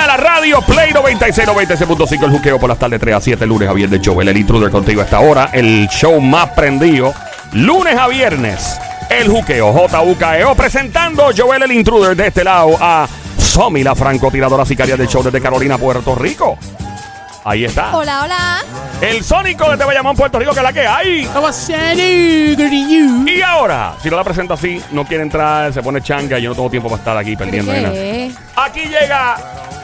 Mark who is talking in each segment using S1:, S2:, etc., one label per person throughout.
S1: a la radio Play 96, 96.5 El juqueo por las tardes 3 a 7 Lunes a viernes Joel El intruder contigo hasta ahora El show más prendido Lunes a viernes El juqueo J.U.K.E.O. E Presentando Joel el intruder De este lado a Somi La francotiradora sicaria del show Desde Carolina, Puerto Rico Ahí está
S2: Hola, hola.
S1: El sónico desde Bayamón, Puerto Rico Que es la que hay Y ahora Si no la presento así No quiere entrar Se pone changa Yo no tengo tiempo para estar aquí Perdiendo en nada
S2: ¿Qué?
S1: Aquí llega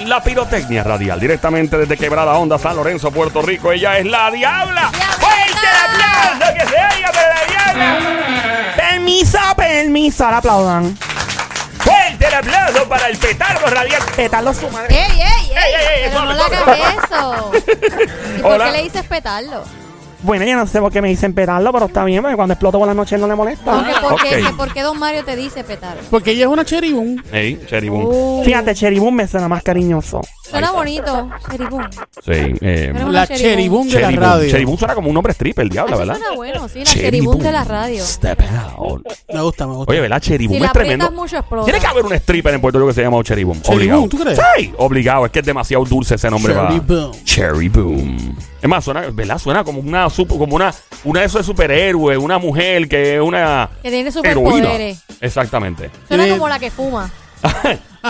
S1: la pirotecnia radial, directamente desde Quebrada Onda, San Lorenzo, Puerto Rico. Ella es la Diabla.
S2: ¡Diablita!
S1: ¡Fuerte el aplauso que se oiga para la Diabla!
S3: Permiso, permiso, ahora aplaudan.
S1: ¡Fuerte el aplauso para el petardo radial!
S3: Petarlo su madre.
S2: ¡Ey,
S1: Ey, ey,
S2: ey,
S1: ey,
S2: ey! Pero
S1: suave,
S2: no le
S1: suave.
S2: hagas eso. ¿Y por
S1: Hola.
S2: qué le dices petarlo?
S3: Bueno, yo no sé por qué me dicen petarlo, pero está bien, porque cuando exploto por la noche no le
S1: Ah,
S3: molesta.
S2: Porque, ¿por, qué,
S1: ok.
S2: que ¿Por qué Don Mario te dice petarlo?
S4: Porque ella es una cheribún.
S1: Ey, Cherry Boom.
S3: Fíjate, Cherry Boom me suena más cariñoso.
S2: Suena bonito, Cheribum.
S1: Sí, eh,
S2: Pero- Una
S4: La cheribún
S2: cheribún.
S4: de la
S1: Cherry Boom.
S4: radio.
S1: Cherry Boom suena como un nombre stripper, el Diabla, Ah, ¿verdad?
S2: Suena bueno, sí, la
S1: Cherry
S2: Cheribum de
S1: Boom.
S2: la radio.
S1: Step out.
S4: Me gusta, me gusta.
S1: Oye, ¿verdad? Cherry Boom
S2: Si la
S1: es tremendo.
S2: aprietas mucho explota.
S1: Tiene que haber un stripper en Puerto Rico que se llama Cherry Boom.
S4: Cherry
S1: obligado.
S4: Boom, ¿tú crees?
S1: Sí, obligado. Es que es demasiado dulce ese nombre.
S4: Cherry
S1: para-
S4: Boom.
S1: Cherry Boom. Es más, suena, ¿verdad? Suena como una, sup- como una, una de esos superhéroes, una mujer que es una
S2: Que tiene
S1: heroína.
S2: superpoderes.
S1: Exactamente.
S2: Suena
S4: Tiene-
S2: como la que fuma.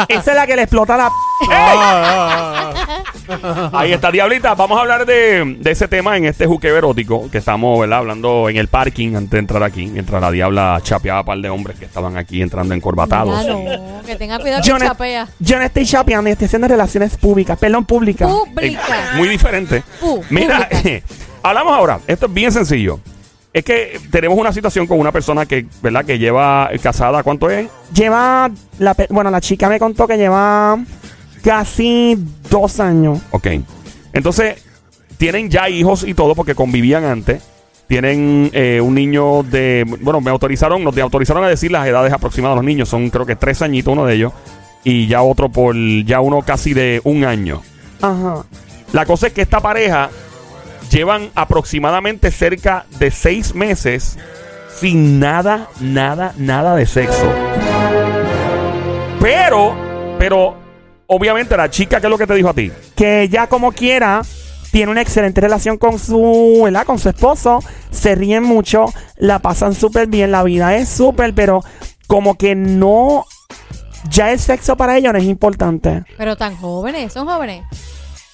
S3: Esa es la que le explota la p.
S4: Ah, ah, ah.
S1: Ahí está, Diablita. Vamos a hablar de, de ese tema en este juqueo erótico que estamos, ¿verdad? Hablando en el parking antes de entrar aquí, mientras la Diabla chapeaba a un par de hombres que estaban aquí entrando encorbatados. Eh,
S2: Ya no, que tenga cuidado
S3: Yo
S2: con
S3: no,
S2: chapea.
S3: yo no estoy chapeando, yo estoy haciendo relaciones públicas. Perdón, públicas.
S2: Uh,
S1: Eh,
S2: Pública.
S1: muy diferente.
S2: Pu-
S1: Mira,
S2: pública.
S1: hablamos ahora. Esto es bien sencillo. Es que tenemos una situación con una persona que, ¿verdad? Que lleva eh, casada, ¿cuánto es?
S3: Lleva. La, pe- bueno, la chica me contó que lleva casi dos años.
S1: Ok. Entonces, tienen ya hijos y todo porque convivían antes. Tienen eh, un niño de. Bueno, me autorizaron, nos autorizaron a decir las edades aproximadas de los niños. Son creo que tres añitos uno de ellos. Y ya otro por. Ya uno casi de un año.
S3: Ajá.
S1: La cosa es que esta pareja llevan aproximadamente cerca de seis meses sin nada, nada, nada de sexo. Pero, pero, obviamente la chica, ¿qué es lo que te dijo a ti?
S3: que ella como quiera tiene una excelente relación con su, ¿verdad? con su esposo, se ríen mucho, la pasan súper bien, la vida es súper, pero como que no, ya el sexo para ella no es importante.
S2: Pero tan jóvenes, son jóvenes.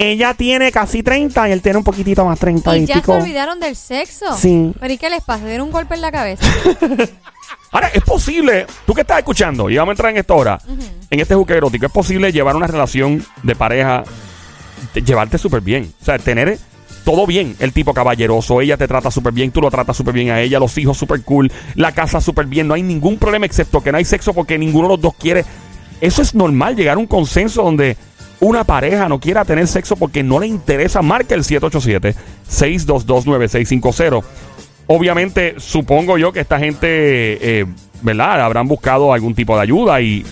S3: Ella tiene casi 30 y él tiene un poquitito más 30 y,
S2: Y ya se
S3: pico.
S2: olvidaron del sexo.
S3: Sí.
S2: Pero ¿y qué les pasa? ¿Dieron un golpe en la cabeza?
S1: Ahora, es posible, tú que estás escuchando, y vamos a entrar en esta hora, en este juque erótico, es posible llevar una relación de pareja, te- llevarte súper bien. O sea, tener todo bien. El tipo caballeroso, ella te trata súper bien, tú lo tratas súper bien a ella, los hijos súper cool, la casa súper bien, no hay ningún problema excepto que no hay sexo porque ninguno de los dos quiere. Eso es normal, llegar a un consenso donde una pareja no quiera tener sexo porque no le interesa. Marca el 787-622-9650. Obviamente, supongo yo que esta gente, eh, ¿verdad? Habrán buscado algún tipo de ayuda y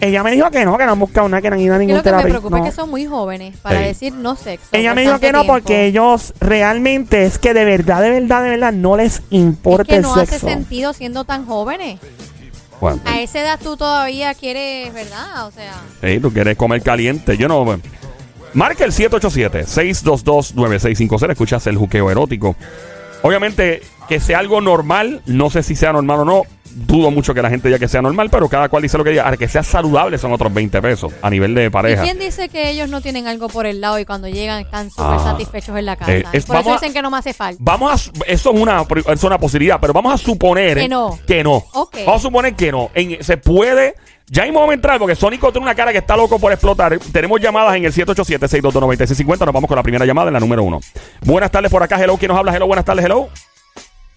S3: Ella me dijo que no, que no han buscado una, que no han ido a
S2: Y lo
S3: ningún
S2: que me
S3: terapeuta.
S2: preocupa
S3: no.
S2: es que son muy jóvenes para
S1: Sí.
S2: decir no sexo.
S3: Ella
S2: por
S3: me dijo
S2: tanto
S3: que no
S2: tiempo.
S3: porque ellos realmente es que de verdad, de verdad, de verdad no les
S2: Es
S3: importa
S2: que no
S3: el
S2: hace
S3: sexo.
S2: sentido siendo tan jóvenes.
S1: Bueno,
S2: A esa edad tú todavía quieres, ¿verdad? O sea,
S1: eh, tú quieres comer caliente. Yo no. bueno. Marca el 787-622-9650. Escuchas el juqueo erótico. Obviamente, que sea algo normal. No sé si sea normal o no. Dudo mucho que la gente diga que sea normal, pero cada cual dice lo que diga. Ahora, que sea saludable son otros 20 pesos a nivel de
S2: ¿y
S1: pareja.
S2: quién dice que ellos no tienen algo por el lado y cuando llegan están súper
S1: Ah.
S2: satisfechos en la casa?
S1: Eh, es-
S2: por eso
S1: vamos a-
S2: dicen que no me hace falta.
S1: Vamos a. su- Eso es una, eso es una posibilidad, pero vamos a suponer.
S2: Que
S1: eh,
S2: no.
S1: Que no.
S2: Ok.
S1: Vamos a suponer que no. En- se puede. Ya mismo vamos a entrar porque Sónico tiene una cara que está loco por explotar. Tenemos llamadas en el 787-622-9650. Nos vamos con la primera llamada en la número uno. Buenas tardes por acá. Hello, ¿quién nos habla? Hello, buenas tardes, hello.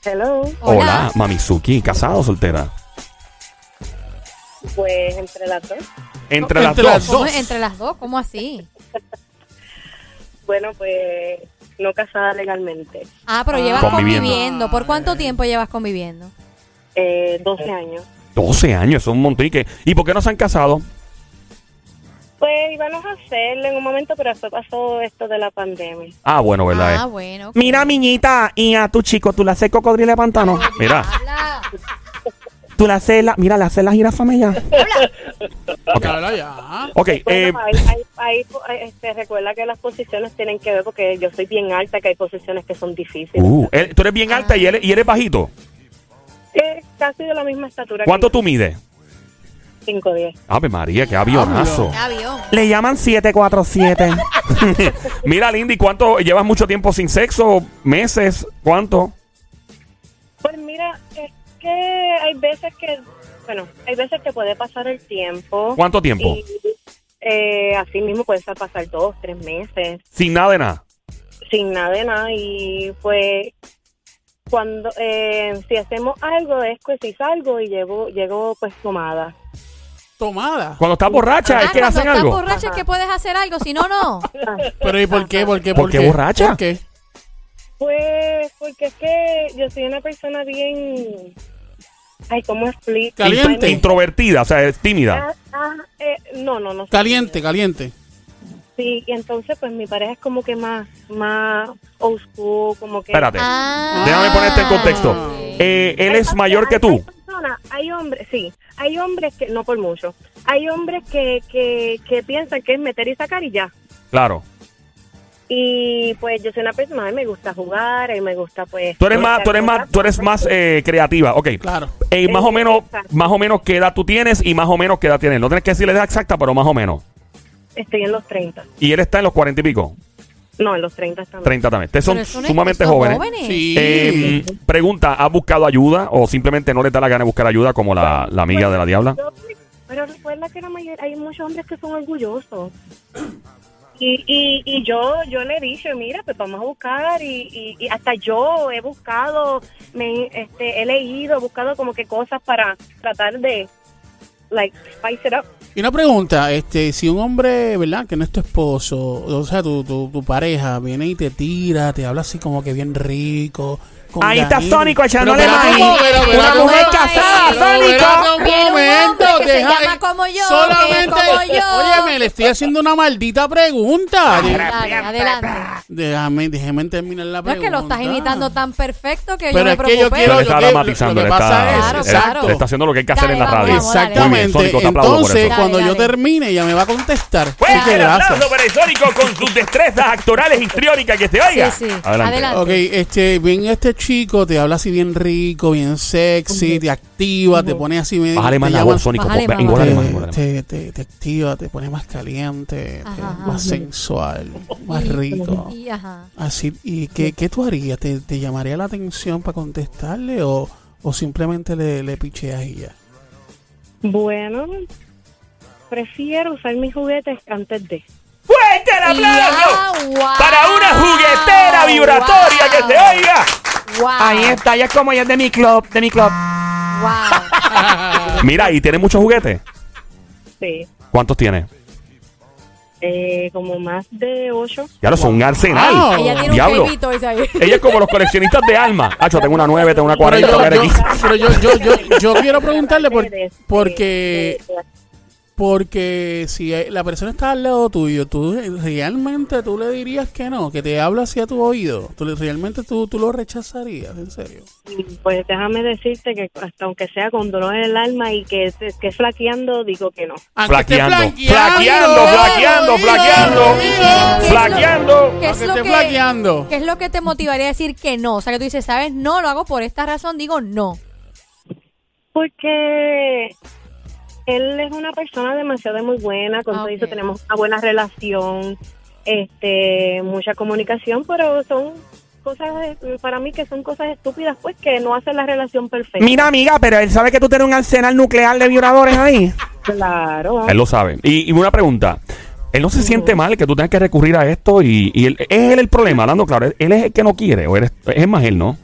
S5: Hello,
S1: Hola, Mamizuki, ¿casado o soltera?
S5: pues entre las dos.
S1: Entre,
S4: No,
S1: las
S4: entre
S1: dos.
S4: las
S2: ¿Cómo
S4: dos.
S2: entre las dos, ¿cómo así?
S5: Bueno, pues no casada legalmente.
S2: Ah, pero llevas
S1: Conviviendo.
S2: conviviendo. ¿Por cuánto tiempo llevas conviviendo?
S5: Eh, 12 años.
S1: 12 años, eso es un montique. ¿Y por qué no se han casado?
S5: Pues íbamos a hacerlo en un momento, pero después pasó esto de la pandemia.
S1: Ah, bueno, ¿verdad?
S2: Ah, bueno. ok.
S3: Mira, miñita, y a tu chico, tú le haces cocodrilo de pantano.
S1: Mira.
S2: Habla.
S3: Tú le haces la. Mira, le haces la jirafa mella.
S1: Ok.
S4: Claro, ya.
S1: Ok, eh,
S5: Bueno, hay- hay- hay po- eh, este, recuerda que las posiciones tienen que ver porque yo soy bien alta, que hay posiciones que son difíciles.
S1: uh, él- tú eres bien alta y él, y él es bajito.
S5: Es Eh, casi de la misma estatura.
S1: ¿Cuánto
S5: que
S1: tú mides?
S5: 5 10.
S1: Ave María, qué avionazo.
S5: Ah,
S2: Ya vio.
S3: Le llaman 747.
S1: Mira, Lindy, ¿cuánto llevas mucho tiempo sin sexo? ¿Meses? ¿Cuánto?
S5: Pues mira, es que hay veces que, bueno, hay veces que puede pasar el tiempo.
S1: ¿Cuánto tiempo?
S5: Y, eh, así mismo puede ser pasar dos, tres meses,
S1: Sin nada de nada.
S5: sin nada de nada. Y pues cuando, eh, si hacemos algo, es que si salgo y llevo, llego pues tomada.
S4: Tomada.
S1: Cuando estás borracha,
S2: Ah,
S1: es que
S2: cuando
S1: hacen
S2: estás
S1: algo.
S2: borracha es que puedes hacer algo, si no, no.
S4: Pero ¿y por qué? ¿Por qué?
S1: ¿Por qué borracha?
S4: ¿Por qué?
S5: Pues porque es que yo soy una persona bien... Ay, ¿cómo explico?
S4: Caliente.
S1: Introvertida, o sea, es tímida.
S5: Ah, ah, eh, no, no, no.
S4: Caliente, caliente.
S5: Sí, y entonces pues mi pareja es como que más, más old school, como que...
S1: Espérate.
S2: Ah.
S1: Déjame ponerte en contexto.
S4: Ah.
S1: Eh, él
S5: Hay
S1: es
S5: personas-
S1: mayor que
S5: Hay
S1: tú.
S5: personas, hay hombres, sí, hay hombres que, no por mucho, hay hombres que, que, que piensan que es meter y sacar y ya.
S1: Claro.
S5: Y pues yo soy una persona, a mí me gusta jugar, y me gusta pues...
S1: Tú eres más, tú eres más, tú eres más eh, creativa. Ok.
S4: Claro.
S1: Eh, más o menos,
S5: Exacto.
S1: más o menos qué edad tú tienes y más o menos qué edad tienes. No tienes que decir la edad exacta, pero más o menos.
S5: Estoy en los 30.
S1: Y él está en los cuarenta y pico,
S5: No, en los 30 también.
S1: 30 también. Ustedes son
S2: Pero eso no es-
S1: sumamente
S2: son
S1: jóvenes.
S4: Sí.
S1: Eh, pregunta, ¿has buscado ayuda o simplemente no le da la gana de buscar ayuda como la, la amiga de la diabla?
S5: Yo- pero recuerda que la mayor, hay muchos hombres que son orgullosos. Y, y, y yo yo le he dicho, mira, pues vamos a buscar y, y- y hasta yo he buscado, me, este, he leído, he buscado como que cosas para tratar de, like, spice it up.
S4: Y una pregunta, este, si un hombre, ¿verdad? Que no es tu esposo, o sea, tu, tu, tu pareja, viene y te tira, te habla así como que bien rico. con
S3: Ahí está
S4: ganito.
S3: Sónico echándole
S4: Pero espérate
S2: maíz.
S4: un momento, pero espérate
S2: Una
S4: un
S2: mujer
S4: momento.
S2: casada,
S4: Pero
S3: Sónico.
S4: espérate un
S2: Viene un
S4: momento,
S2: hombre que se
S4: deja-
S2: llama como yo, que es
S4: Solamente,
S2: como yo.
S4: Óyeme, le estoy haciendo una maldita pregunta.
S2: Dale, adelante.
S4: Déjame, déjame terminar la
S2: No es
S4: pregunta.
S2: que lo estás imitando tan perfecto que yo
S4: Pero
S2: me
S4: es que yo
S2: preocupé.
S1: Pero
S4: quiero-
S1: él está
S4: que-
S1: dramatizando,
S4: lo que
S1: él
S4: pasa
S1: está,
S2: es-
S1: él- él
S2: claro.
S1: está haciendo lo que hay que hacer
S2: Dale,
S1: en la
S2: vamos,
S1: radio.
S2: vamos, dale.
S1: Muy bien,
S4: Exactamente.
S1: Sónico, te aplaudo por
S4: Entonces,
S1: eso.
S2: Dale,
S4: cuando yo
S2: dale.
S4: termine, ella me va a contestar. Así
S1: Fuerte
S4: que
S1: el
S4: gracias.
S1: aplauso para el Sónico con sus destrezas actorales histriónicas que te oiga.
S2: Sí, sí. Adelante.
S4: Ok, este, bien este chico, te habla así bien rico, bien sexy, te activa, te pone así bien.
S1: Bájale
S4: te
S1: más la
S4: llama-
S1: voz, Sónico.
S2: Bájale
S1: po-
S2: más,
S1: engórale
S4: te,
S1: más, engórale más.
S4: te, te- te activa, te pone más caliente, te-
S2: Ajá, ajá.
S4: más sensual, más rico.
S2: Y ajá.
S4: Así, ¿y qué, qué tú harías? ¿Te, te llamaría la atención para contestarle o, o simplemente le, le picheas y ya?
S5: Bueno, prefiero usar mis juguetes antes de.
S1: ¡Fuerte el aplauso!
S2: Ya, wow.
S1: Para una juguetera vibratoria que
S2: Wow.
S1: te oiga.
S2: Wow.
S3: Ahí está, ella es como ella es de mi club, de mi club.
S2: Wow.
S1: Mira, ¿y tiene muchos juguetes?
S5: Sí,
S1: ¿Cuántos tiene?
S5: eh, como más de 8.
S1: Ya lo son un arsenal.
S4: Wow.
S2: Ah, Ella tiene
S1: Diablo.
S2: un pebito ese ahí.
S1: Ella es como los coleccionistas de alma. Hacho, tengo una 9, tengo una 40, tengo
S4: pero,
S1: una
S4: yo, yo,
S1: 15.
S4: pero yo, yo, yo, yo quiero preguntarle por, porque Porque si hay- la persona está al lado tuyo, tú realmente tú le dirías que no, que te habla hacia tu oído. Tú, le- realmente tú, tú lo rechazarías, en serio.
S5: Pues déjame decirte que hasta aunque sea con dolor en el alma y que, que flaqueando, digo que no.
S4: Aunque esté
S1: Flaqueando.
S4: oído,
S1: Flaqueando, flaqueando,
S4: oído,
S1: flaqueando.
S4: oído.
S1: Flaqueando.
S2: ¿Qué es
S4: Aunque
S2: lo
S4: esté
S2: que,
S4: flaqueando.
S2: qué es lo que te motivaría a decir que no? O sea, que tú dices, ¿sabes? No, lo hago por esta razón, digo no.
S5: Porque él es una persona demasiado muy buena, con todo
S2: Ok.
S5: eso tenemos una buena relación, este, mucha comunicación, pero son cosas eh, para mí que son cosas estúpidas, pues que no hacen la relación perfecta.
S3: Mira, amiga, pero él sabe que tú tienes un arsenal nuclear de violadores ahí.
S5: claro.
S1: Él lo sabe. Y, y una pregunta. Él no se siente mal que tú tengas que recurrir a esto y, y él- es él el problema, hablando claro. Él es el que no quiere, o eres- es más él, ¿no?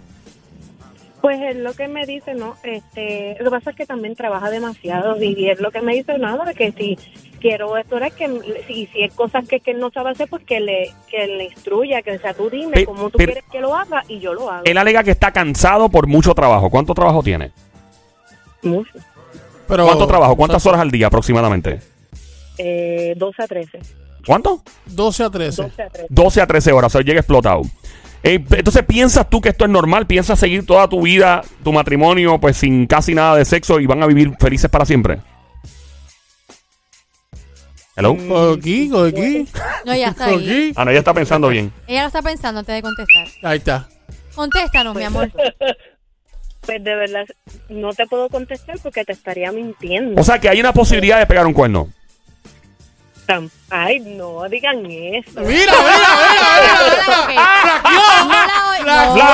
S5: Pues es lo que me dice, no, este, lo que pasa es que también trabaja demasiado y es lo que me dice nada, que si quiero esto era que si, si hay cosas que, que él no sabe hacer, pues que le, que le instruya, que o sea, tú dime
S1: Pe-
S5: cómo tú
S1: pero-
S5: quieres que lo haga y yo lo hago.
S1: Él alega que está cansado por mucho trabajo. ¿Cuánto trabajo tiene?
S5: Mucho.
S4: Pero,
S1: ¿Cuánto trabajo? ¿Cuántas horas al día aproximadamente?
S5: Eh, 12 a 13.
S1: ¿Cuánto?
S4: 12 a 13.
S5: 12 a 13.
S1: 12 a 13 horas, o sea, llega explotado. Eh, p- entonces, ¿piensas tú que esto es normal? ¿Piensas seguir toda tu vida, tu matrimonio, pues sin casi nada de sexo y van a vivir felices para siempre? Hello.
S4: Coquí, coquí.
S2: No, ya está ahí.
S4: Coquí.
S1: Ah, no, ella está pensando bien.
S2: Ella lo está pensando antes de contestar.
S4: Ahí está.
S2: Contéstanos, mi amor.
S5: Pues de verdad, no te puedo contestar porque te estaría mintiendo.
S1: O sea, que hay una posibilidad de pegar un cuerno.
S5: Tam- Ay, no digan eso.
S4: Mira, mira, mira, mira.
S2: Ok. No la oyen- no,
S1: Flaqueó,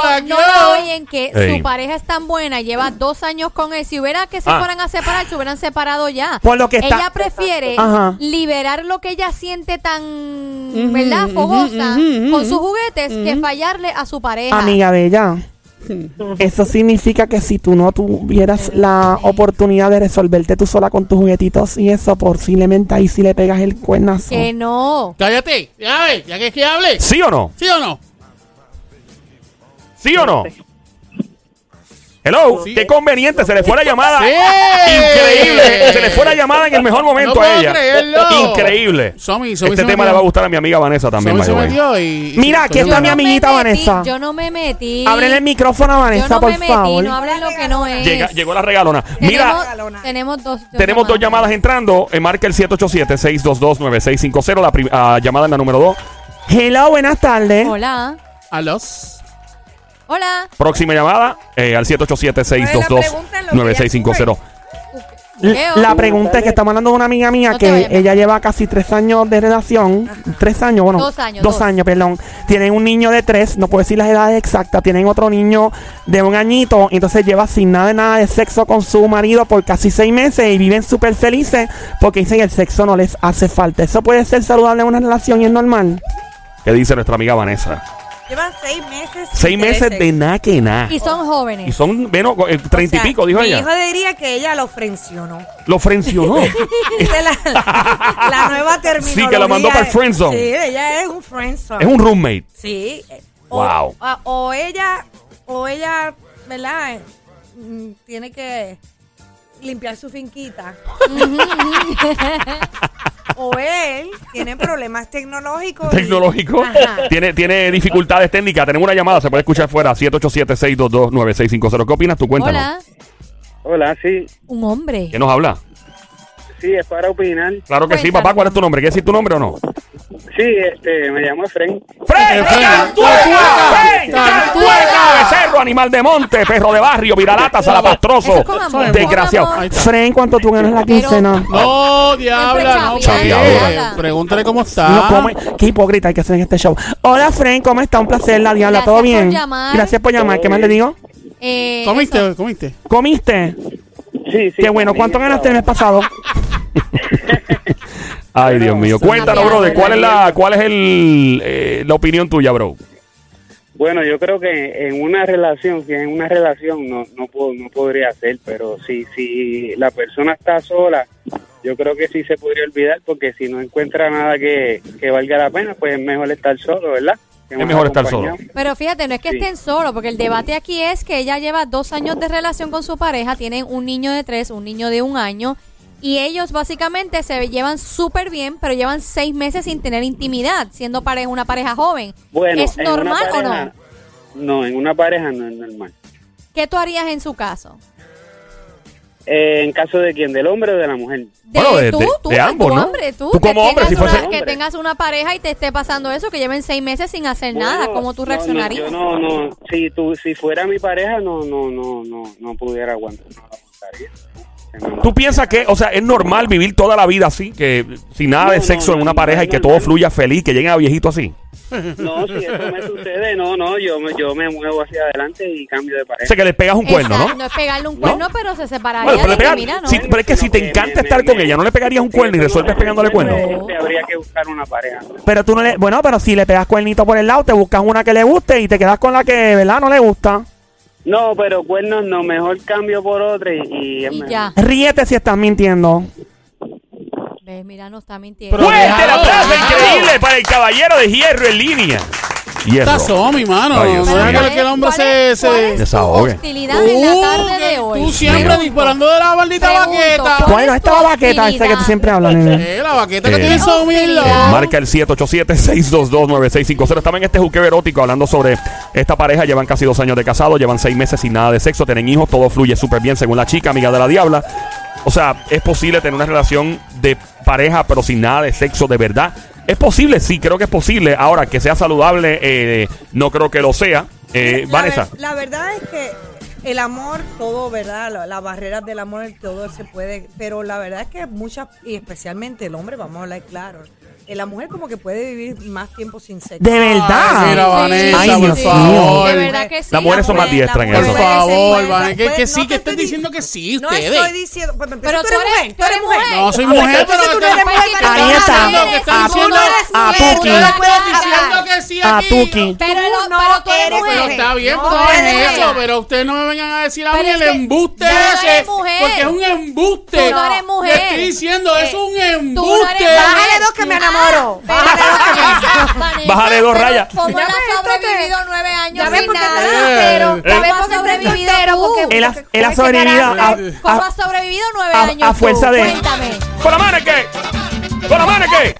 S4: flaqueó.
S2: ¡Oh, no la oyen que
S1: Ey.
S2: su pareja es tan buena, lleva dos años con él. Si hubiera que se
S1: Ah.
S2: fueran a separar, se hubieran separado ya.
S3: Por lo que está-
S2: Ella prefiere
S3: Ajá.
S2: liberar lo que ella siente tan,
S4: Ujú,
S2: ¿verdad?
S4: ujú,
S2: Fogosa
S4: ujú, ujú,
S2: con sus
S4: ujú.
S2: juguetes que fallarle a su pareja.
S3: Amiga bella, eso significa que si tú no tuvieras la oportunidad de resolverte tú sola con tus juguetitos y eso, posiblemente ahí sí le pegas el cuernazo.
S2: Que no.
S4: Cállate. Ya ves, ya que es que hable.
S1: ¿Sí o no?
S4: ¿Sí o no?
S1: ¿Sí o no? Hello,
S4: Sí.
S1: qué conveniente, se le fue la llamada.
S4: Sí.
S1: Increíble, se le fue la llamada en el mejor momento
S4: No
S1: a
S4: puedo
S1: ella.
S4: creerlo.
S1: Increíble.
S4: Somi, Somi
S1: Este
S4: se
S1: tema
S4: metió.
S1: le va a gustar a mi amiga Vanessa también,
S4: Somi se
S1: by the way.
S4: metió y...
S3: Mira, aquí está mi
S2: Yo no me
S3: amiguita
S2: metí,
S3: Vanessa.
S2: Yo no me metí.
S3: Ábrele el micrófono a
S2: Yo
S3: Vanessa,
S2: no
S3: por
S2: me metí,
S3: favor.
S2: no hablen lo que no es.
S1: Llega- llegó la regalona.
S2: Tenemos-
S1: Mira,
S2: tenemos dos, dos
S1: tenemos dos llamadas entrando. Eh, Marca el 787-622-9650. La prim- ah, llamada en la número 2.
S3: Hello, buenas tardes.
S2: Hola.
S4: A los...
S2: Hola.
S1: Próxima llamada eh, al
S6: Pues la pregunta es lo
S1: 787-622-9650.
S3: L-
S2: Leo.
S3: La pregunta es que estamos hablando de una amiga mía
S2: No te
S3: que
S2: vayas.
S3: ella lleva casi tres años de relación. Tres años, bueno.
S2: Dos años,
S3: Dos,
S2: dos.
S3: años, perdón. Tienen un niño de tres, no puedo decir las edades exactas. Tienen otro niño de un añito. Entonces lleva sin nada de nada de sexo con su marido por casi seis meses y viven súper felices porque dicen el sexo no les hace falta. Eso puede ser saludable en una relación y es normal.
S1: ¿Qué dice nuestra amiga Vanessa?
S6: Llevan seis meses. sin
S1: Seis meses
S6: tener
S1: de
S6: sexo.
S1: nada que nada.
S2: Y son
S1: Y
S2: jóvenes.
S1: son, bueno, eh,
S6: O
S1: treinta y
S6: sea,
S1: pico, dijo
S6: mi
S1: ella.
S6: hijo diría que ella lo frencionó.
S1: Lo frencionó.
S6: Esa es la, la nueva terminología.
S1: Sí, que la mandó para el friend zone.
S6: Sí, ella es un friendzone.
S1: es un roommate. Oh.
S6: Sí. eh, O,
S2: Oh,
S1: Wow.
S6: a- o ella, o ella, ¿verdad? Mm, Tiene que limpiar su finquita. o él tiene problemas tecnológicos. y-
S1: Tecnológico.
S2: Ah.
S6: Ajá.
S1: Tiene, tiene dificultades técnicas. Tenemos una llamada, se puede escuchar fuera. 787-622-9650. ¿Qué opinas? Tú cuéntanos.
S2: Hola.
S7: Hola, sí,
S2: Un hombre.
S1: ¿Quién nos habla?
S7: sí, es para opinar.
S1: Claro que sí,
S2: Cuéntanos.
S1: papá. ¿Cuál es tu nombre? ¿Quieres decir tu nombre o no?
S7: Sí, este, me llamo Efren.
S1: ¡Fren!
S4: Fren,
S1: ¡Cantueca! ¡Fren!
S4: ¡Cantueca!
S1: ¡Becerro, animal de monte, perro de barrio, viralata,
S2: Eso
S1: salapastroso!
S2: es con amor.
S1: Desgraciado.
S2: Con amor.
S4: Ahí está.
S3: Fren, ¿cuánto tú ganas la
S2: Pero-
S3: quincena?
S4: No, Oh, diabla, no.
S1: Chapeadora.
S4: eh, Pregúntale cómo está.
S3: No come- qué hipócrita hay que hacer en este show. Hola, Fren, ¿cómo está? Un placer, la diabla,
S2: Gracias
S3: ¿todo
S2: por
S3: bien?
S2: llamar.
S3: Gracias por llamar, ¿qué más le digo?
S2: Eh, eso.
S4: ¿Comiste? ¿Comiste?
S3: ¿Comiste?
S7: Sí, sí.
S3: Qué bueno, ¿cuánto ganaste el mes pasado?
S1: Ay, Dios mío. Cuéntanos,
S2: Cambiado,
S1: bro, ¿cuál es la, cuál es el, eh, la opinión tuya, bro?
S7: Bueno, yo creo que en una relación, que en una relación no, no, puedo, no podría hacer, pero si, si la persona está sola, yo creo que sí se podría olvidar, porque si no encuentra nada que, que valga la pena, pues es mejor estar solo, ¿verdad? Que
S1: Es
S7: más
S1: mejor estar
S7: acompañado.
S1: solo.
S2: Pero fíjate, no es que
S7: Sí.
S2: estén solos, porque el debate aquí es que ella lleva dos años de relación con su pareja, tienen un niño de tres, un niño de un año, y ellos básicamente se llevan súper bien, pero llevan seis meses sin tener intimidad, siendo pare- una pareja joven.
S7: Bueno,
S2: ¿Es
S7: en una
S2: normal o no?
S7: pareja- No, en una pareja no es normal.
S2: ¿Qué tú harías en su caso?
S7: Eh, en caso de quién, del hombre o de la mujer.
S2: De
S1: Bueno, de-
S2: tú,
S1: de-
S2: tú,
S1: de
S2: tu
S1: ambos, ¿no?
S2: hombre, tú.
S1: Tú como
S2: que
S1: hombre,
S2: tengas
S1: si fuese-
S2: una- Que tengas una pareja y te esté pasando eso, que lleven seis meses sin hacer nada,
S7: Bueno,
S2: ¿cómo tú
S7: no, no,
S2: reaccionarías?
S7: yo no, no, si tú, si fuera mi pareja, no, no, no, no, no pudiera aguantar, no la aguantaría. Se me
S1: ¿Tú piensas que, o sea, es normal vivir toda la vida así, que sin nada de
S7: No, no,
S1: sexo en
S7: no,
S1: una
S7: no,
S1: pareja
S7: no,
S1: y que
S7: no,
S1: todo
S7: no.
S1: fluya feliz, que lleguen a viejito así?
S7: No, si eso me sucede, no, no, yo me, yo me muevo hacia adelante y cambio de
S1: O
S7: pareja.
S1: sea, que le pegas un cuerno,
S2: Exacto,
S1: ¿no?
S2: es pegarle un
S1: ¿No?
S2: cuerno, pero se separaría
S1: Bueno, pero, le
S2: de
S1: pegas-
S2: que, mira, ¿no?
S1: si- pero es que si te
S7: Sino que
S1: encanta
S7: me-
S1: estar
S7: me-
S1: con ella, no le pegarías un cuerno y resuelves pegándole cuerno.
S7: Este, habría que buscar una pareja.
S3: Pero tú no le, bueno, pero si le pegas cuernito por el lado, te buscas una que le guste y te quedas con la que, ¿verdad? No le gusta.
S7: No, pero cuernos no, mejor cambio por otra y, y es
S2: Y
S7: mejor.
S2: ya.
S3: Ríete si estás mintiendo.
S2: Ves, mira, no está mintiendo.
S4: Pero-
S1: ¡Fuerte el
S4: Déjalo,
S1: aplauso
S4: déjalo.
S1: increíble para el caballero de hierro en línea!
S4: Está
S1: Hierro.
S4: Somi, mano.
S1: Ay, Dios
S4: No
S1: mío.
S4: deja
S2: ¿cuál
S4: que el
S2: es-
S4: hombre
S2: cuál
S4: se...
S2: es- cuál es
S4: se-
S2: tu
S1: Desahogue.
S2: hostilidad en la tarde
S4: Uh,
S2: de
S4: Tú
S2: hoy.
S4: siempre
S1: Mira.
S4: disparando de la maldita
S2: Pregunto,
S4: baqueta.
S2: ¿cuál
S3: ¿Cuál es
S2: es tu
S3: esta baqueta esa que tú
S2: hostilidad?
S3: siempre hablas, nene?
S4: Eh, la baqueta que
S1: Eh.
S4: tiene Somi en
S1: Eh,
S4: la...
S1: Marca el 787-622-9650. Estaba en este juqueo erótico hablando sobre esta pareja. Llevan casi dos años de casado, llevan seis meses sin nada de sexo, tienen hijos, todo fluye súper bien según la chica, amiga de la diabla. O sea, es posible tener una relación de, pareja, pero sin nada de sexo de verdad. ¿Es posible? Sí, creo que es posible. Ahora, que sea saludable, eh, no creo que lo sea. Eh,
S6: La
S1: Vanessa.
S6: ver- la verdad es que el amor, todo, ¿verdad? La- Las barreras del amor, todo se puede. Pero la verdad es que muchas, y especialmente el hombre, vamos a hablar claro. eh, La mujer como que puede vivir más tiempo sin sexo.
S3: De
S4: Ay, mira,
S3: verdad.
S4: Vanessa,
S3: Ay,
S4: por
S3: Dios
S4: favor.
S2: De verdad que sí.
S1: Las mujeres son más
S6: mujer-
S1: diestras en
S6: la
S1: eso.
S4: Por
S6: mujer-
S4: favor,
S6: sí,
S4: Vanessa. Que,
S6: puede-
S4: que sí,
S6: no
S4: que
S6: te
S4: estén
S6: estoy-
S4: diciendo que sí,
S6: No
S4: ustedes.
S6: estoy diciendo... Pero,
S2: Pero
S6: tú eres mujer, tú eres mujer.
S4: No, soy mujer,
S6: Entonces
S4: pero
S6: tú
S4: que-
S6: no eres mujer, pero
S3: Ahí
S6: tú no
S3: está.
S6: eres-
S4: que
S3: A
S4: están diciendo.
S3: tu- a
S4: Ah, Tú
S3: Tuki.
S4: no puedes
S2: Habla.
S4: diciendo que sí
S3: A
S4: aquí.
S3: Tuki.
S2: Pero,
S6: Tú
S2: no,
S6: no
S2: pero tú eres
S6: eres
S2: mujer.
S4: Pero está bien,
S6: No,
S4: pues no
S6: eres
S4: es eso.
S6: mujer.
S4: Pero ustedes no me vengan a decir a
S2: Pero
S4: mí
S2: es
S4: el
S2: que
S4: embuste
S2: tú no eres
S4: ese.
S2: mujer.
S4: Porque es un embuste.
S2: Tú no eres mujer. Eh,
S4: Le estoy diciendo, es un
S2: Tú
S4: embuste.
S2: no eres Ah.
S6: Bájale dos que me enamoro. Bájale dos que me enamoro.
S2: Vanessa,
S1: Bájale dos
S2: pero
S1: rayas.
S2: ¿Cómo
S6: Ya
S2: él
S6: ves,
S2: ha
S6: entonces,
S2: sobrevivido nueve años
S6: Ya ves
S2: sin
S6: por qué
S2: nada?
S6: te
S4: pero-
S2: Ya ves
S6: ¿Cómo
S2: por qué
S6: has sobrevivido
S2: sobrevivido
S6: tú?
S2: tú?
S3: Él ha, él ha
S6: Porque
S3: sobrevivido
S6: carajo,
S3: a,
S1: Ah,
S2: ¿Cómo
S3: a-
S2: has sobrevivido nueve
S3: a-
S2: años
S3: a
S2: tú?
S3: fuerza de-
S2: Cuéntame.
S1: ¡Con la mano, ¿qué? ¡Con la mano, qué!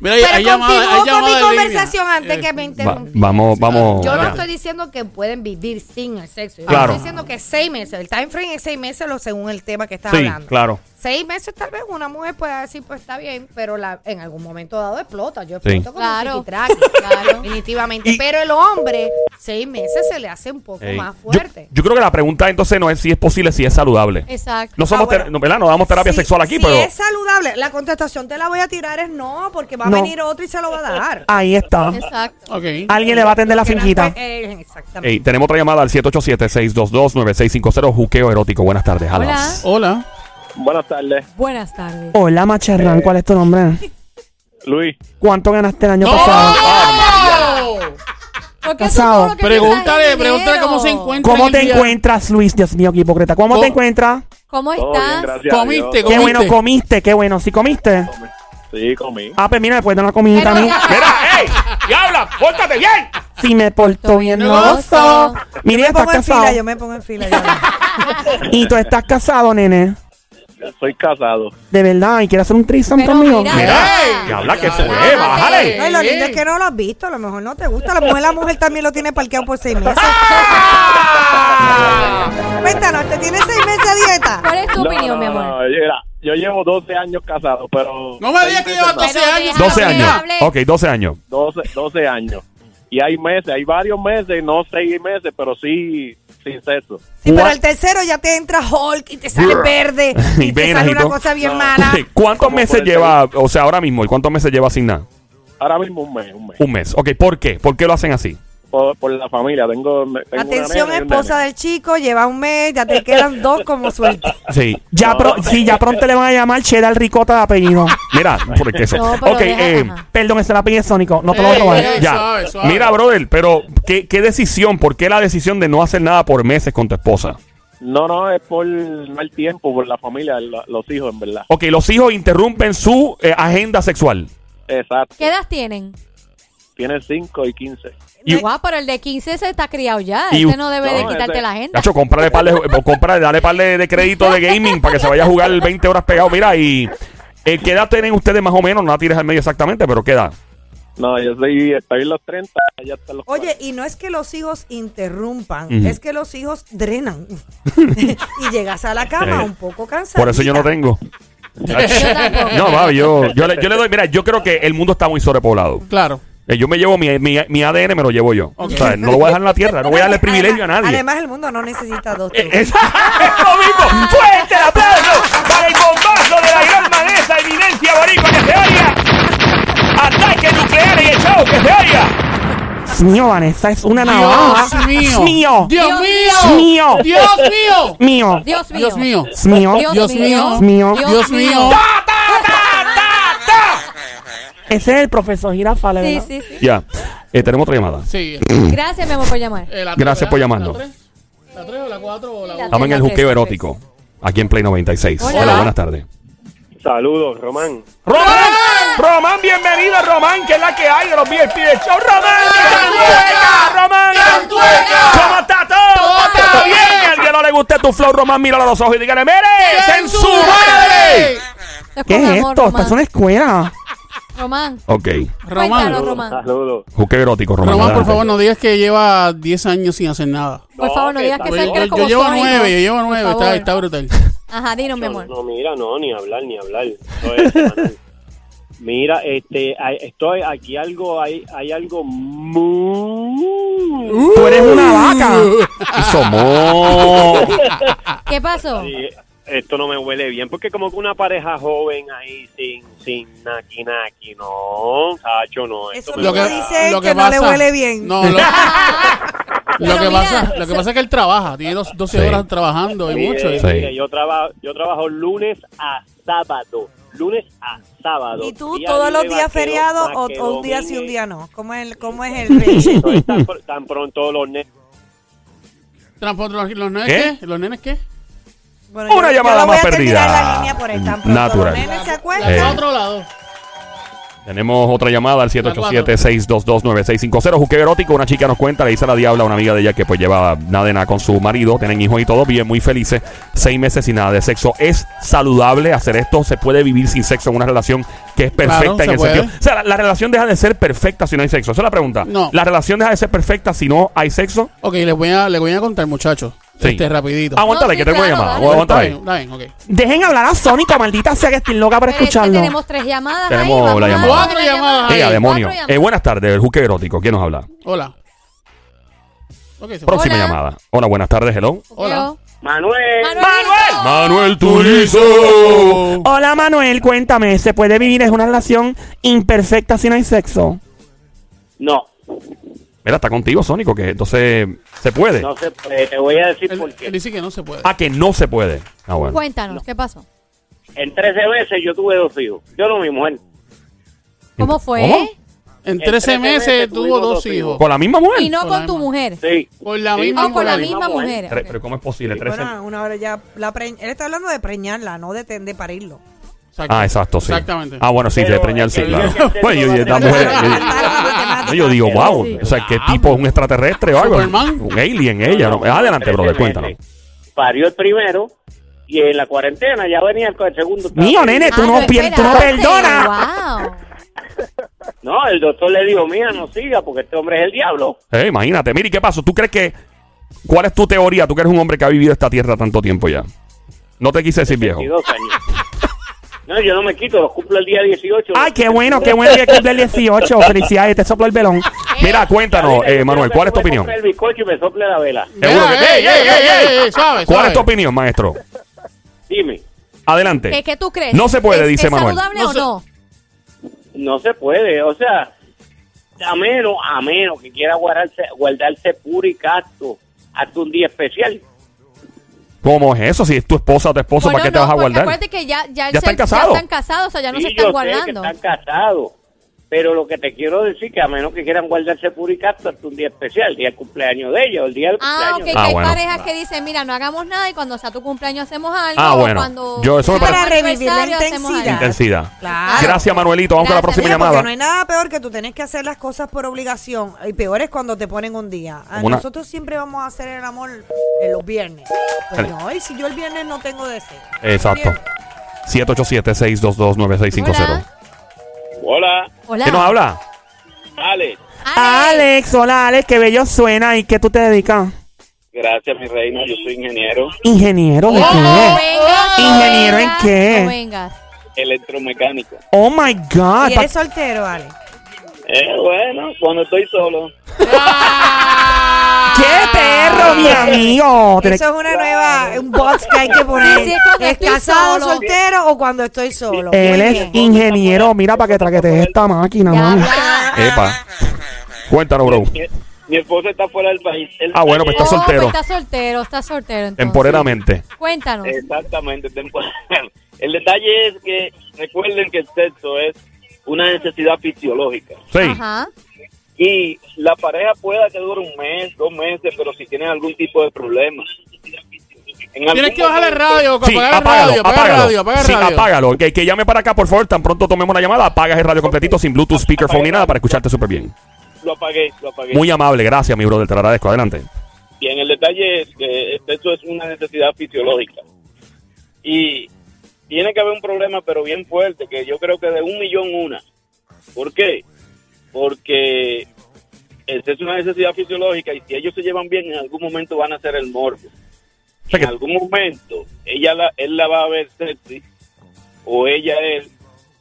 S4: Mira,
S8: Pero
S4: hay llamada- hay
S8: continúo con
S4: llamada
S8: mi
S4: de línea.
S8: conversación antes
S4: Eh,
S8: que me
S1: Va-
S8: interrumpa.
S1: vamos, vamos.
S8: Yo no
S1: Oh, ya.
S8: estoy diciendo que pueden vivir sin el sexo. Yo
S1: Claro.
S8: estoy diciendo que seis meses. El time frame es seis meses lo según el tema que estás
S1: Sí,
S8: hablando.
S1: claro.
S8: Seis meses tal vez una mujer pueda decir, pues está bien, pero la, en algún momento dado explota. Yo exploto como
S2: Claro,
S8: un psiquitraqui,
S2: claro.
S8: definitivamente.
S1: Y-
S8: pero el hombre, seis meses se le hace un poco
S1: Ey.
S8: más
S1: Yo-
S8: fuerte.
S1: Yo, creo que la pregunta entonces no es si es posible, si es saludable.
S2: Exacto.
S1: No somos,
S6: Ah, bueno.
S1: ter- no, ¿verdad? No damos terapia
S6: Si-
S1: sexual aquí,
S6: si
S1: pero.
S6: es saludable, la contestación te la voy a tirar es no, porque va
S3: No.
S6: a venir otro y se lo va a dar.
S3: ahí está.
S2: Exacto.
S4: Ok.
S3: Alguien le va a atender la
S6: Que no
S3: finquita.
S6: fue- eh, exactamente.
S1: Ey, tenemos otra llamada al 787-622-9650, juqueo erótico. Buenas tardes, Alas.
S4: Hola.
S7: Buenas tardes,
S2: Buenas tardes.
S3: Hola, Macharrán, ¿cuál es tu nombre?
S7: Luis.
S3: ¿Cuánto ganaste el año
S4: ¡No!
S3: pasado?
S2: ¿Por qué
S3: Casado.
S2: todo lo que piensas
S4: Pregúntale,
S2: es
S4: pregúntale cómo se
S2: dinero?
S4: encuentra.
S3: ¿Cómo
S4: en
S3: te
S4: el día-
S3: encuentras, Luis? Dios mío, qué hipócrita. ¿Cómo
S4: Co-
S3: te encuentras?
S2: ¿Cómo estás?
S7: gracias. a
S4: Comiste,
S7: Dios.
S3: Qué bueno comiste, qué bueno. ¿Sí comiste?
S7: Sí, comí.
S3: Ah, pues mira, después de una comidita a mí.
S1: ¡Mira, ey! ¡Diabla! ¡Pórtate bien!
S3: Si me porto bien, no lo so. Mira,
S6: Yo me
S3: estás
S6: pongo en fila,
S3: casado.
S6: yo me pongo en fila. ya.
S3: Y tú estás casado, nene.
S7: Soy casado.
S3: De verdad, y quieres hacer un threesome
S2: Pero
S3: conmigo.
S2: mira.
S1: ¡Ey!
S2: Ah.
S1: ¡Diabla, que fue!
S2: Bájate.
S1: ¡Bájale!
S6: No, y lo
S4: Ey,
S6: lindo es
S4: ey.
S6: que no lo has visto, a lo mejor no te gusta. A lo mejor la mujer también lo tiene parqueado por seis meses.
S1: ¡Ah!
S6: Cuéntanos, ¿te tienes seis meses a dieta?
S2: ¿Cuál es tu
S7: No,
S2: opinión,
S7: no,
S2: mi amor?
S7: no, mira, yo llevo 12 años casado, pero.
S4: No me digas que llevas
S2: Pero
S4: 12 años.
S2: deja-
S1: 12
S2: Déjalo que
S1: años.
S2: hable.
S1: Ok, 12 años.
S7: 12, 12 años. Y hay meses, hay varios meses, no seis meses, pero sí sin sexo.
S6: Sí, pero
S1: ¿Cuál-
S6: el tercero ya te entra Hulk y te sale
S1: Brr.
S6: verde
S1: Y
S6: y te
S1: venas y
S6: sale una
S1: todo.
S6: cosa bien
S7: No.
S6: mala.
S1: Sí, ¿Cuántos
S7: Como
S1: meses
S7: por el
S1: lleva, o sea, ahora mismo, y cuántos meses lleva sin nada?
S7: Ahora mismo un mes, un mes.
S1: Un mes. Ok, ¿por qué? ¿Por qué lo hacen así?
S7: Por, por la familia, tengo. tengo
S6: Atención,
S7: una nena y un
S6: esposa del chico, lleva un mes, ya te quedan dos como suerte.
S1: Sí.
S3: Ya,
S7: No.
S3: pro- sí, ya pronto le van a llamar Cheddar Ricota de apellido.
S1: Mira, porque eso.
S2: No, pero
S1: ok,
S2: deja-
S1: eh,
S2: ajá.
S3: Perdón, ese es el apellido de Sónico. No te lo voy a
S4: Ey,
S3: robar.
S4: ey,
S1: ya.
S4: suave, suave.
S1: Mira, brother, pero ¿qué, ¿qué decisión? ¿Por qué la decisión de no hacer nada por meses con tu esposa?
S7: No, no, es por no el tiempo, por la familia, la- los hijos, en verdad.
S1: Ok, los hijos interrumpen su eh, agenda sexual.
S7: Exacto.
S2: ¿Qué edad tienen?
S7: Tienen 5 y 15.
S1: Y-
S2: Guau, pero el de 15 se está criado ya.
S1: Y-
S2: Ese no debe de
S7: No,
S2: quitarte
S7: ese-
S2: la agenda.
S1: Cacho, comprale par de, o comprale, dale par de, de crédito de gaming para que se vaya a jugar 20 horas pegado. Mira, y eh, ¿qué edad tienen ustedes más o menos? No la tires al medio exactamente, pero ¿qué edad?
S7: No, yo soy, estoy en los 30, ya están los
S6: Oye, y no es que los hijos interrumpan,
S1: Ujú.
S6: es que los hijos drenan. y llegas a la cama
S1: Sí.
S6: un poco cansado.
S1: Eh, Por eso yo no tengo. No, papi, yo, yo, le, yo le doy, mira, yo creo que el mundo está muy sobrepoblado.
S4: Claro.
S1: Eh, Yo me llevo mi, mi, mi ADN, me lo llevo yo.
S4: Ok.
S1: O sea, no lo voy a dejar en la tierra, no voy a darle privilegio a nadie.
S6: Además, el mundo no necesita dos.
S1: Eh,
S6: tú.
S1: Es, es lo mismo. Fuerte el aplauso para el bombazo de la gran maleza, eminencia boricua que se oiga. Ataque nuclear y el show que se oiga.
S3: Dios mío, Vanessa, es una navaja.
S4: Dios mío.
S3: mío.
S4: Dios
S3: Dios mío.
S4: mío. Dios mío.
S3: Mío.
S2: Dios mío.
S4: Dios mío.
S3: Es mío.
S4: Dios mío.
S3: mío.
S4: Dios mío.
S3: Ese es el profesor Girafale,
S2: Sí,
S3: ¿verdad?
S2: sí, sí.
S1: Ya, eh, tenemos otra llamada.
S4: Sí.
S2: Gracias, mi amor, por llamar.
S4: eh, la-
S1: Gracias por
S4: la-
S1: llamarnos.
S4: ¿La 3 o la 4 o la
S2: La-
S4: 1?
S1: Estamos en el juqueo erótico. Aquí en Play 96. Hola,
S2: Hola.
S1: buenas tardes.
S7: Saludos, Román.
S1: ¡Román! ¡Román, bienvenido, Román! que es la que hay de los VIP del show? ¡Román! ¡Román! ¿Cómo está todo?
S4: Todo está
S1: ¿Todo bien?
S4: bien.
S1: Si a alguien no le guste tu flow, Román, míralo a los ojos y dígale, ¡Mire! ¡En su madre!
S2: Esto es
S3: ¿Qué
S2: con
S3: es
S2: amor,
S3: esto? Esta es
S2: Román.
S3: una escuela.
S2: Román.
S1: Ok.
S4: Román.
S2: Cuéntanos, Román.
S7: Saludos.
S1: Juqueo erótico, Román.
S4: Román, por
S1: adelante.
S4: favor, no digas que lleva 10 10 años sin hacer nada.
S2: Por favor, no digas que
S4: Yo,
S2: se
S4: yo-
S2: cree
S4: yo
S2: como
S4: llevo
S2: Sónico.
S4: nueve, yo llevo
S2: Por
S4: nueve,
S2: favor.
S4: está, está brutal.
S2: Ajá, dinos, mi
S9: No,
S2: amor.
S9: No, mira, no, ni hablar, ni hablar. Eso es semanal. mira, este, hay- estoy aquí algo, hay, hay algo muy...
S4: Uh.
S3: Tú eres una vaca.
S1: Somos.
S2: ¿Qué pasó?
S9: Sí, esto no me huele bien, porque como que una pareja joven ahí sin, sin naki naki, no, Sacho, no. esto
S6: Eso
S9: me
S6: Lo
S9: huele
S6: que
S9: a-
S6: dice él que no le huele bien.
S4: No, lo, lo
S2: Pero
S4: que
S2: mira,
S4: pasa, lo que pasa es que él trabaja, tiene dos- 12
S1: Sí.
S4: horas trabajando y
S9: Mire,
S4: mucho. eh. y-
S1: Sí.
S9: mire, yo, trabajo, yo trabajo lunes a sábado, lunes a sábado.
S6: ¿Y tú
S9: Día
S6: todos los
S9: libre,
S6: días
S9: vaqueo,
S6: feriados
S9: pa'
S6: o,
S9: que
S6: o un día sí, un
S9: domine.
S6: día no? ¿Cómo es el, cómo es el Richie?
S9: Entonces, tan, pr- tan pronto los ne-
S4: Transporte, los, los nenes
S1: ¿Qué?
S4: qué? ¿Los nenes qué?
S6: Bueno, yo-
S1: Una
S6: yo
S1: llamada
S6: la voy
S1: más
S6: a terminar
S1: perdida.
S6: la línea por el tan pronto
S1: Natural.
S6: los nenes se
S1: Eh.
S4: Está a
S6: acuerdan.
S4: otro lado.
S1: Tenemos otra llamada al 787-622-9650. Juque erótico. Una chica nos cuenta, le dice a la diabla, una amiga de ella que pues lleva nada de nada con su marido. Tienen hijos y todo bien, muy felices. Seis meses sin nada de sexo. Es saludable hacer esto. Se puede vivir sin sexo en una relación que es perfecta
S4: Claro, se
S1: en el
S4: puede.
S1: sentido. O sea, la, la relación deja de ser perfecta si no hay sexo. Esa es la pregunta.
S4: No.
S1: ¿La relación deja de ser perfecta si no hay sexo?
S4: Ok, les voy a, les voy a contar, muchachos.
S1: Sí.
S4: Este, rapidito.
S1: Aguántale,
S2: sí,
S1: que tengo
S2: claro,
S1: una llamada.
S2: dale.
S1: Aguántale
S4: Ah, está
S1: ahí.
S4: bien, está bien, ok.
S3: Dejen hablar a Sónico, maldita sea que estoy loca para
S2: Pero es que
S3: escucharlo.
S2: tenemos tres llamadas. ahí,
S1: Tenemos
S2: vamos
S1: la
S2: a
S1: llamada.
S2: coger
S4: Cuatro
S2: la
S4: llamadas
S2: llamada.
S4: ahí.
S1: Ea,
S4: Cuatro
S1: demonio.
S2: llamadas.
S1: Eh, buenas tardes, el juque erótico. ¿Quién nos habla?
S4: Hola. Ok, se fue.
S1: Próxima
S2: Hola.
S1: llamada. Hola, buenas tardes, hello.
S4: Hola.
S10: Manuel.
S2: Manuel.
S1: Manuel Turizo.
S3: Hola Manuel, cuéntame, ¿se puede vivir en una relación imperfecta si no hay sexo?
S10: No,
S1: Mira, está contigo, Sónico, que entonces se puede.
S10: no se puede. Te voy a decir por
S4: Él, él
S10: qué.
S4: dice que no se puede.
S1: Ah, que no se puede. Ah, bueno.
S2: Cuéntanos, ¿qué pasó?
S10: En 13 veces yo tuve dos hijos. Yo no, mi mujer.
S2: ¿Cómo fue?
S1: ¿Cómo?
S4: En
S10: en
S4: 13
S10: 13
S4: meses,
S10: meses
S4: tuvo
S10: tuvimos
S4: dos
S10: dos hijos.
S4: hijos.
S1: ¿Con la misma mujer?
S2: Y no
S4: Con
S2: con
S4: la
S2: tu
S4: misma.
S2: mujer.
S10: Sí.
S4: Con la
S10: Sí,
S4: misma
S2: O con la
S4: mujer.
S2: misma mujer.
S1: Pero,
S2: ok.
S1: pero ¿cómo es posible? Trece-
S6: Bueno, una hora ya. La pre- Él está hablando de preñarla, no de, ten- de parirlo.
S4: Exacto.
S1: Ah, exacto, sí.
S4: Exactamente.
S1: Ah, bueno, sí,
S10: Pero,
S1: de preñar, sí,
S10: eh,
S1: claro.
S10: es que
S1: Bueno, yo, yo-
S10: no va
S1: las
S10: a tener-
S1: mujeres,
S6: Claro,
S1: yo-
S6: claro, matemática.
S1: no, Ah, yo digo, wow. O sea, ¿qué tipo? ¿Un extraterrestre o algo?
S4: Superman.
S1: Un alien, ella. ¿no? Adelante, brother, cuéntanos.
S10: Parió el primero y en la cuarentena ya venía el, el segundo.
S3: Mío, nene, tú
S2: Ah,
S3: no, pier- tú no
S2: espérate,
S3: perdonas.
S2: Wow.
S10: No, el doctor le dijo, mía, no siga porque este hombre es el diablo.
S1: Eh, imagínate. Mira, ¿y qué pasó? ¿Tú crees que... ¿Cuál es tu teoría? Tú que eres un hombre que ha vivido esta tierra tanto tiempo ya. No te quise decir viejo.
S10: 22 años. No, yo no me quito, los cumplo el día 18.
S3: Ay, qué bueno, qué bueno que cumple el 18. Felicidades, te soplo el velón.
S1: Mira, cuéntanos,
S10: Mira,
S1: eh,
S10: yo
S1: Manuel,
S10: me
S1: ¿cuál es tu
S10: voy a
S1: opinión? Eh,
S10: comprar El bizcocho y me sopla la vela.
S1: Seguro que-
S4: ey, ey, ey, ey, ey, ey, suave,
S1: ¿Cuál es tu
S4: suave.
S1: opinión, maestro?
S10: Dime,
S1: Adelante.
S2: ¿Qué, qué tú crees?
S1: No se puede,
S2: ¿Es-
S1: dice
S2: ¿es
S1: Manuel.
S2: saludable
S4: No
S2: o
S4: se-
S2: no?
S10: no se puede, o sea, a menos, a menos que quiera guardarse, guardarse puro y casto hasta un día especial.
S1: ¿Cómo es eso? Si es tu esposa o tu esposo,
S2: Bueno,
S1: ¿para qué te
S2: no,
S1: vas a
S2: porque
S1: guardar?
S2: Acuérdate que ya, ya, el
S1: Ya están
S2: sexo-
S1: casados.
S2: Ya están casados, o sea, ya no
S10: Sí,
S2: se están
S10: yo Sé
S2: guardando.
S10: que están casados. Pero lo que te quiero decir que a menos que quieran guardarse puro y casto hasta un día especial, el día del cumpleaños de ella o el día del
S2: Ah, ok,
S10: cumpleaños.
S2: que
S10: de-
S1: Ah,
S2: hay
S1: bueno.
S2: parejas que dicen, mira, no hagamos nada y cuando sea tu cumpleaños hacemos algo.
S1: Ah,
S2: o
S1: bueno.
S2: Cuando
S1: Yo- eso me
S2: sea tu
S6: parece- Para revivir la
S2: aniversario hacemos algo.
S6: intensidad.
S1: Intensidad.
S6: pues, Claro.
S1: Gracias, Manuelito. Vamos
S2: Gracias,
S1: con la próxima
S2: mira,
S6: Porque no
S1: llamada.
S6: hay nada peor que tú tenés que hacer las cosas por obligación. Y peor es cuando te ponen un día. Ah,
S1: Como una-
S6: Nosotros siempre vamos a hacer el amor en los viernes. Pues no, y si yo el viernes no tengo deseo.
S1: Exacto. 787-622-9650.
S2: Hola.
S10: Hola,
S2: Hola.
S1: ¿Quién nos habla?
S10: Alex.
S2: Ale.
S3: Alex, hola Alex, qué bello suena y qué tú te dedicas.
S10: Gracias, mi reina. Yo soy ingeniero
S3: Ingeniero de
S2: No
S3: qué?
S2: vengas, no
S3: ¿Ingeniero en
S2: vengas,
S3: qué?
S2: no vengas.
S10: electromecánico.
S3: Oh my God.
S6: ¿Y
S3: pa-
S6: eres soltero, Ale?
S10: Eh, bueno, cuando estoy solo.
S2: Ah.
S3: ¡Qué perro, mi amigo! Tenés-
S6: Eso es una nueva, un box que hay que poner.
S2: Sí, sí, es cuando
S6: ¿Es
S2: estoy
S6: casado,
S2: solo.
S6: soltero o cuando estoy solo?
S3: Él
S6: Muy
S3: es
S6: bien.
S3: ingeniero, mira para que traquetees esta máquina,
S2: Ya,
S3: mami.
S2: ya.
S1: Epa. Cuéntanos, bro.
S10: Mi, mi esposa está fuera del país. Él
S1: Ah, bueno, pues
S2: Oh,
S1: está soltero.
S2: pues está soltero, está soltero. entonces.
S1: Temporeramente.
S2: Cuéntanos.
S10: Exactamente. temporal. El detalle es que recuerden que el sexo es una necesidad fisiológica.
S1: Sí.
S2: Ajá.
S10: Y la pareja pueda que dure un mes, dos meses, pero si tienen algún tipo de problema. En algún
S4: Tienes que bajar el
S10: momento-
S4: radio, ¿eh?
S1: Sí,
S4: apagar el
S1: apágalo,
S4: radio, apagar el
S1: apágalo.
S4: radio, apagar el
S1: sí,
S4: radio.
S1: apágalo. Que, que llame para acá, por favor. Tan pronto tomemos la llamada, apagas el radio completito sin Bluetooth, speakerphone ni nada para escucharte súper bien.
S10: Lo apagué, lo apagué.
S1: Muy amable, gracias, mi brother. Te lo agradezco. Adelante.
S10: Bien, el detalle es que el sexo es una necesidad fisiológica. Y tiene que haber un problema, pero bien fuerte, que yo creo que de un millón una. ¿Por qué? Porque el sexo es una necesidad fisiológica y si ellos se llevan bien, en algún momento van a hacer el morbo. Y
S1: sea que-
S10: en algún momento ella la, él la va a ver sexy o ella él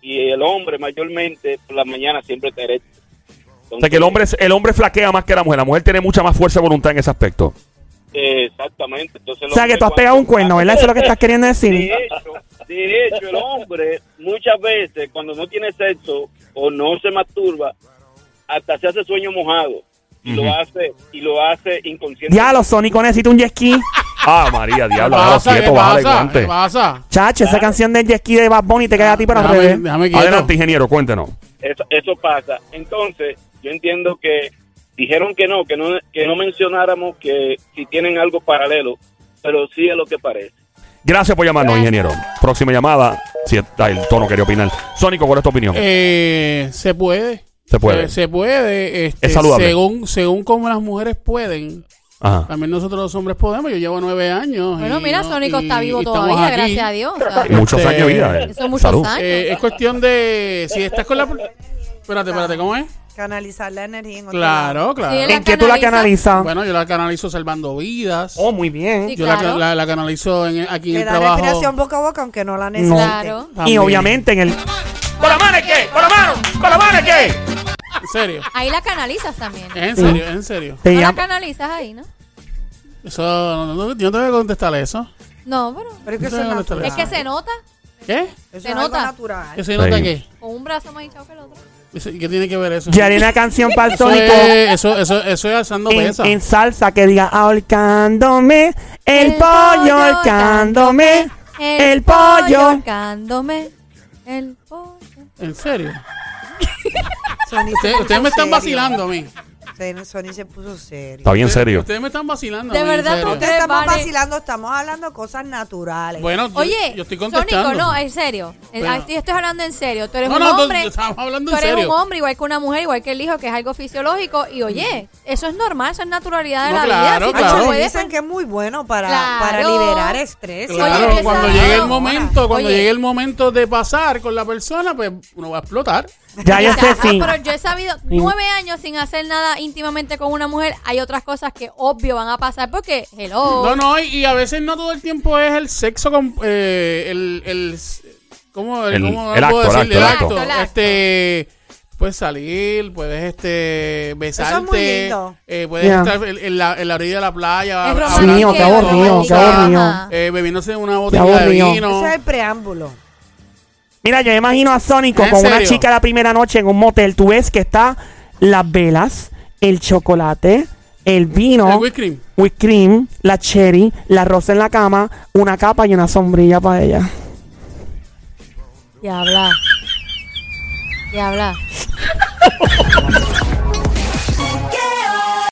S10: y el hombre mayormente por la mañana siempre está erecto.
S1: O sea, que el hombre, es- el hombre flaquea más que la mujer. La mujer tiene mucha más fuerza de voluntad en ese aspecto.
S10: Eh, exactamente. Entonces, el
S3: O sea, que
S10: hombre
S3: tú has pegado un
S10: cuando-
S3: cuerno, ¿verdad? Eso es lo que estás queriendo decir.
S10: De hecho, de hecho, el hombre muchas veces cuando no tiene sexo o no se masturba, hasta se hace sueño mojado. Y
S1: Ujú.
S10: lo hace y lo hace inconsciente.
S3: Diablo, Sónico necesita un jet ski.
S1: Ah, María,
S4: ¿Qué
S1: diablo. ahora
S4: pasa? ¿Qué
S1: quieto, bájale,
S4: pasa? ¿Qué
S1: guante.
S4: pasa?
S3: Chacho, esa canción del jet ski de Bad Bunny te cae a ti, pero al
S4: Déjame,
S3: revés.
S4: déjame quieto.
S1: Adelante, ingeniero, cuéntenos.
S10: Eso, eso pasa. Entonces, yo entiendo que dijeron que no, que no, que no mencionáramos que si tienen algo paralelo, pero sí es lo que parece.
S1: Gracias por llamarnos, ingeniero. Próxima llamada. Si está el tono quería opinar. Sónico, ¿cuál es tu opinión?
S4: Eh, se puede.
S1: Se puede.
S4: Eh, Se, puede. este,
S1: Es saludable.
S4: Según, según como las mujeres pueden,
S1: Ajá.
S4: también nosotros los hombres podemos. Yo llevo nueve años.
S2: Bueno,
S4: y
S2: mira,
S4: no-
S2: Sónico está
S4: y-
S2: vivo
S4: y estamos
S2: todavía,
S4: aquí.
S2: gracias a Dios. o sea,
S1: Muchos
S4: Este,
S1: años de vida. eh.
S2: Son muchos
S1: Salud.
S2: años.
S4: Eh, es cuestión de. Si estás con la. Espérate, espérate, ¿cómo es?
S6: Canalizar la energía en otro lado.
S4: Claro,
S2: Sí,
S4: claro.
S2: él la
S3: ¿En qué tú la
S2: canaliza.
S3: canalizas?
S4: Bueno, yo la canalizo salvando vidas.
S3: Oh, muy bien.
S2: Sí,
S4: yo la-
S2: claro.
S4: la, la canalizo en- aquí en
S6: Le
S4: el
S6: da
S4: trabajo.
S6: respiración boca a boca aunque no la necesite.
S2: Claro.
S3: Y
S4: También.
S3: obviamente en el... ¡Con la mano qué! ¡Con la mano! ¡Con la mano qué!
S4: En serio.
S2: Ahí la canalizas también.
S4: Es en serio, es en serio.
S3: Te
S2: ¿No la
S3: llamo-
S2: canalizas ahí, no?
S4: Eso, no- no- yo no te voy a contestar eso.
S2: No, pero...
S6: Pero es que
S4: Eso
S6: eso es
S4: no lo
S6: natural.
S2: Es que se nota
S4: ¿Qué?
S6: Eso
S2: se
S6: es algo
S2: nota.
S6: natural.
S4: ¿Qué se nota
S1: Sí.
S4: qué?
S2: con un brazo más hinchado que el otro.
S4: Eso- ¿Qué tiene que ver eso?
S3: Yo haré una canción para el
S4: Eso
S3: Sónico
S4: es, eso, eso, eso es alzando
S3: en,
S4: pesas.
S3: en salsa que diga ahorcándome, el, pollo ahorcándome, el pollo.
S2: Ahorcándome. El pollo.
S4: ¿En serio?
S6: Sony se
S4: Ustedes,
S6: puso
S4: ustedes me están
S6: serio.
S4: vacilando a mí.
S6: Sony- Sony se puso serio.
S1: Está bien serio.
S4: Ustedes me están vacilando.
S2: De
S4: a mí, en
S2: verdad,
S4: serio.
S2: tú
S6: No estamos
S2: Vale.
S6: vacilando, estamos hablando cosas naturales.
S4: Bueno, yo,
S2: Oye,
S4: yo estoy contestando.
S2: Sónico, no, en serio. En-
S4: Pero-
S2: Yo estoy hablando en serio. Tú eres
S4: No,
S2: un
S4: no, tú-
S2: hombre.
S4: estamos hablando
S2: Tú
S4: en
S2: eres
S4: serio.
S2: un hombre igual que una mujer, igual que el hijo, que es algo fisiológico. Y oye, eso es normal, eso es naturalidad de
S4: No,
S2: la
S4: claro,
S2: vida. Si tú
S6: Ay,
S4: claro.
S6: me
S2: puedes-
S6: dicen que es muy bueno para,
S2: Claro.
S6: para liberar estrés.
S4: Claro,
S2: Oye,
S4: cuando
S2: pesado.
S4: llegue el momento, cuando
S2: Oye.
S4: llegue el momento de pasar con la persona, pues uno va a explotar.
S3: Ya yo sé
S2: Exacto,
S3: sí.
S2: Ah, Pero yo he sabido nueve años sin hacer nada íntimamente con una mujer. Hay otras cosas que obvio van a pasar porque, hello.
S4: No, no, y, y a veces no todo el tiempo es el sexo con eh, el, el ¿cómo,
S1: El-
S4: cómo
S1: el
S4: puedo
S1: acto, el
S4: decirle?
S1: acto,
S2: el acto.
S4: Este puedes salir, puedes este besarte,
S6: Eso es muy lindo.
S4: eh, puedes
S3: Yeah.
S4: estar en, en la, en la orilla de la playa,
S2: Es
S4: abra-
S2: romántico,
S3: Sí, o qué aburrido, qué
S4: abrazando,
S3: aburrido.
S2: Ajá.
S4: eh, bebiéndose una botella de
S3: aburrido.
S4: vino.
S6: Ese es el preámbulo.
S3: Mira, yo imagino a Sónico
S4: ¿En
S3: con una
S4: serio?
S3: chica la primera noche en un motel. Tú ves que está las velas, el chocolate, el vino,
S4: El whipped cream.
S3: whipped cream, la cherry, la rosa en la cama, una capa y una sombrilla para ella.
S2: Diabla. Diabla.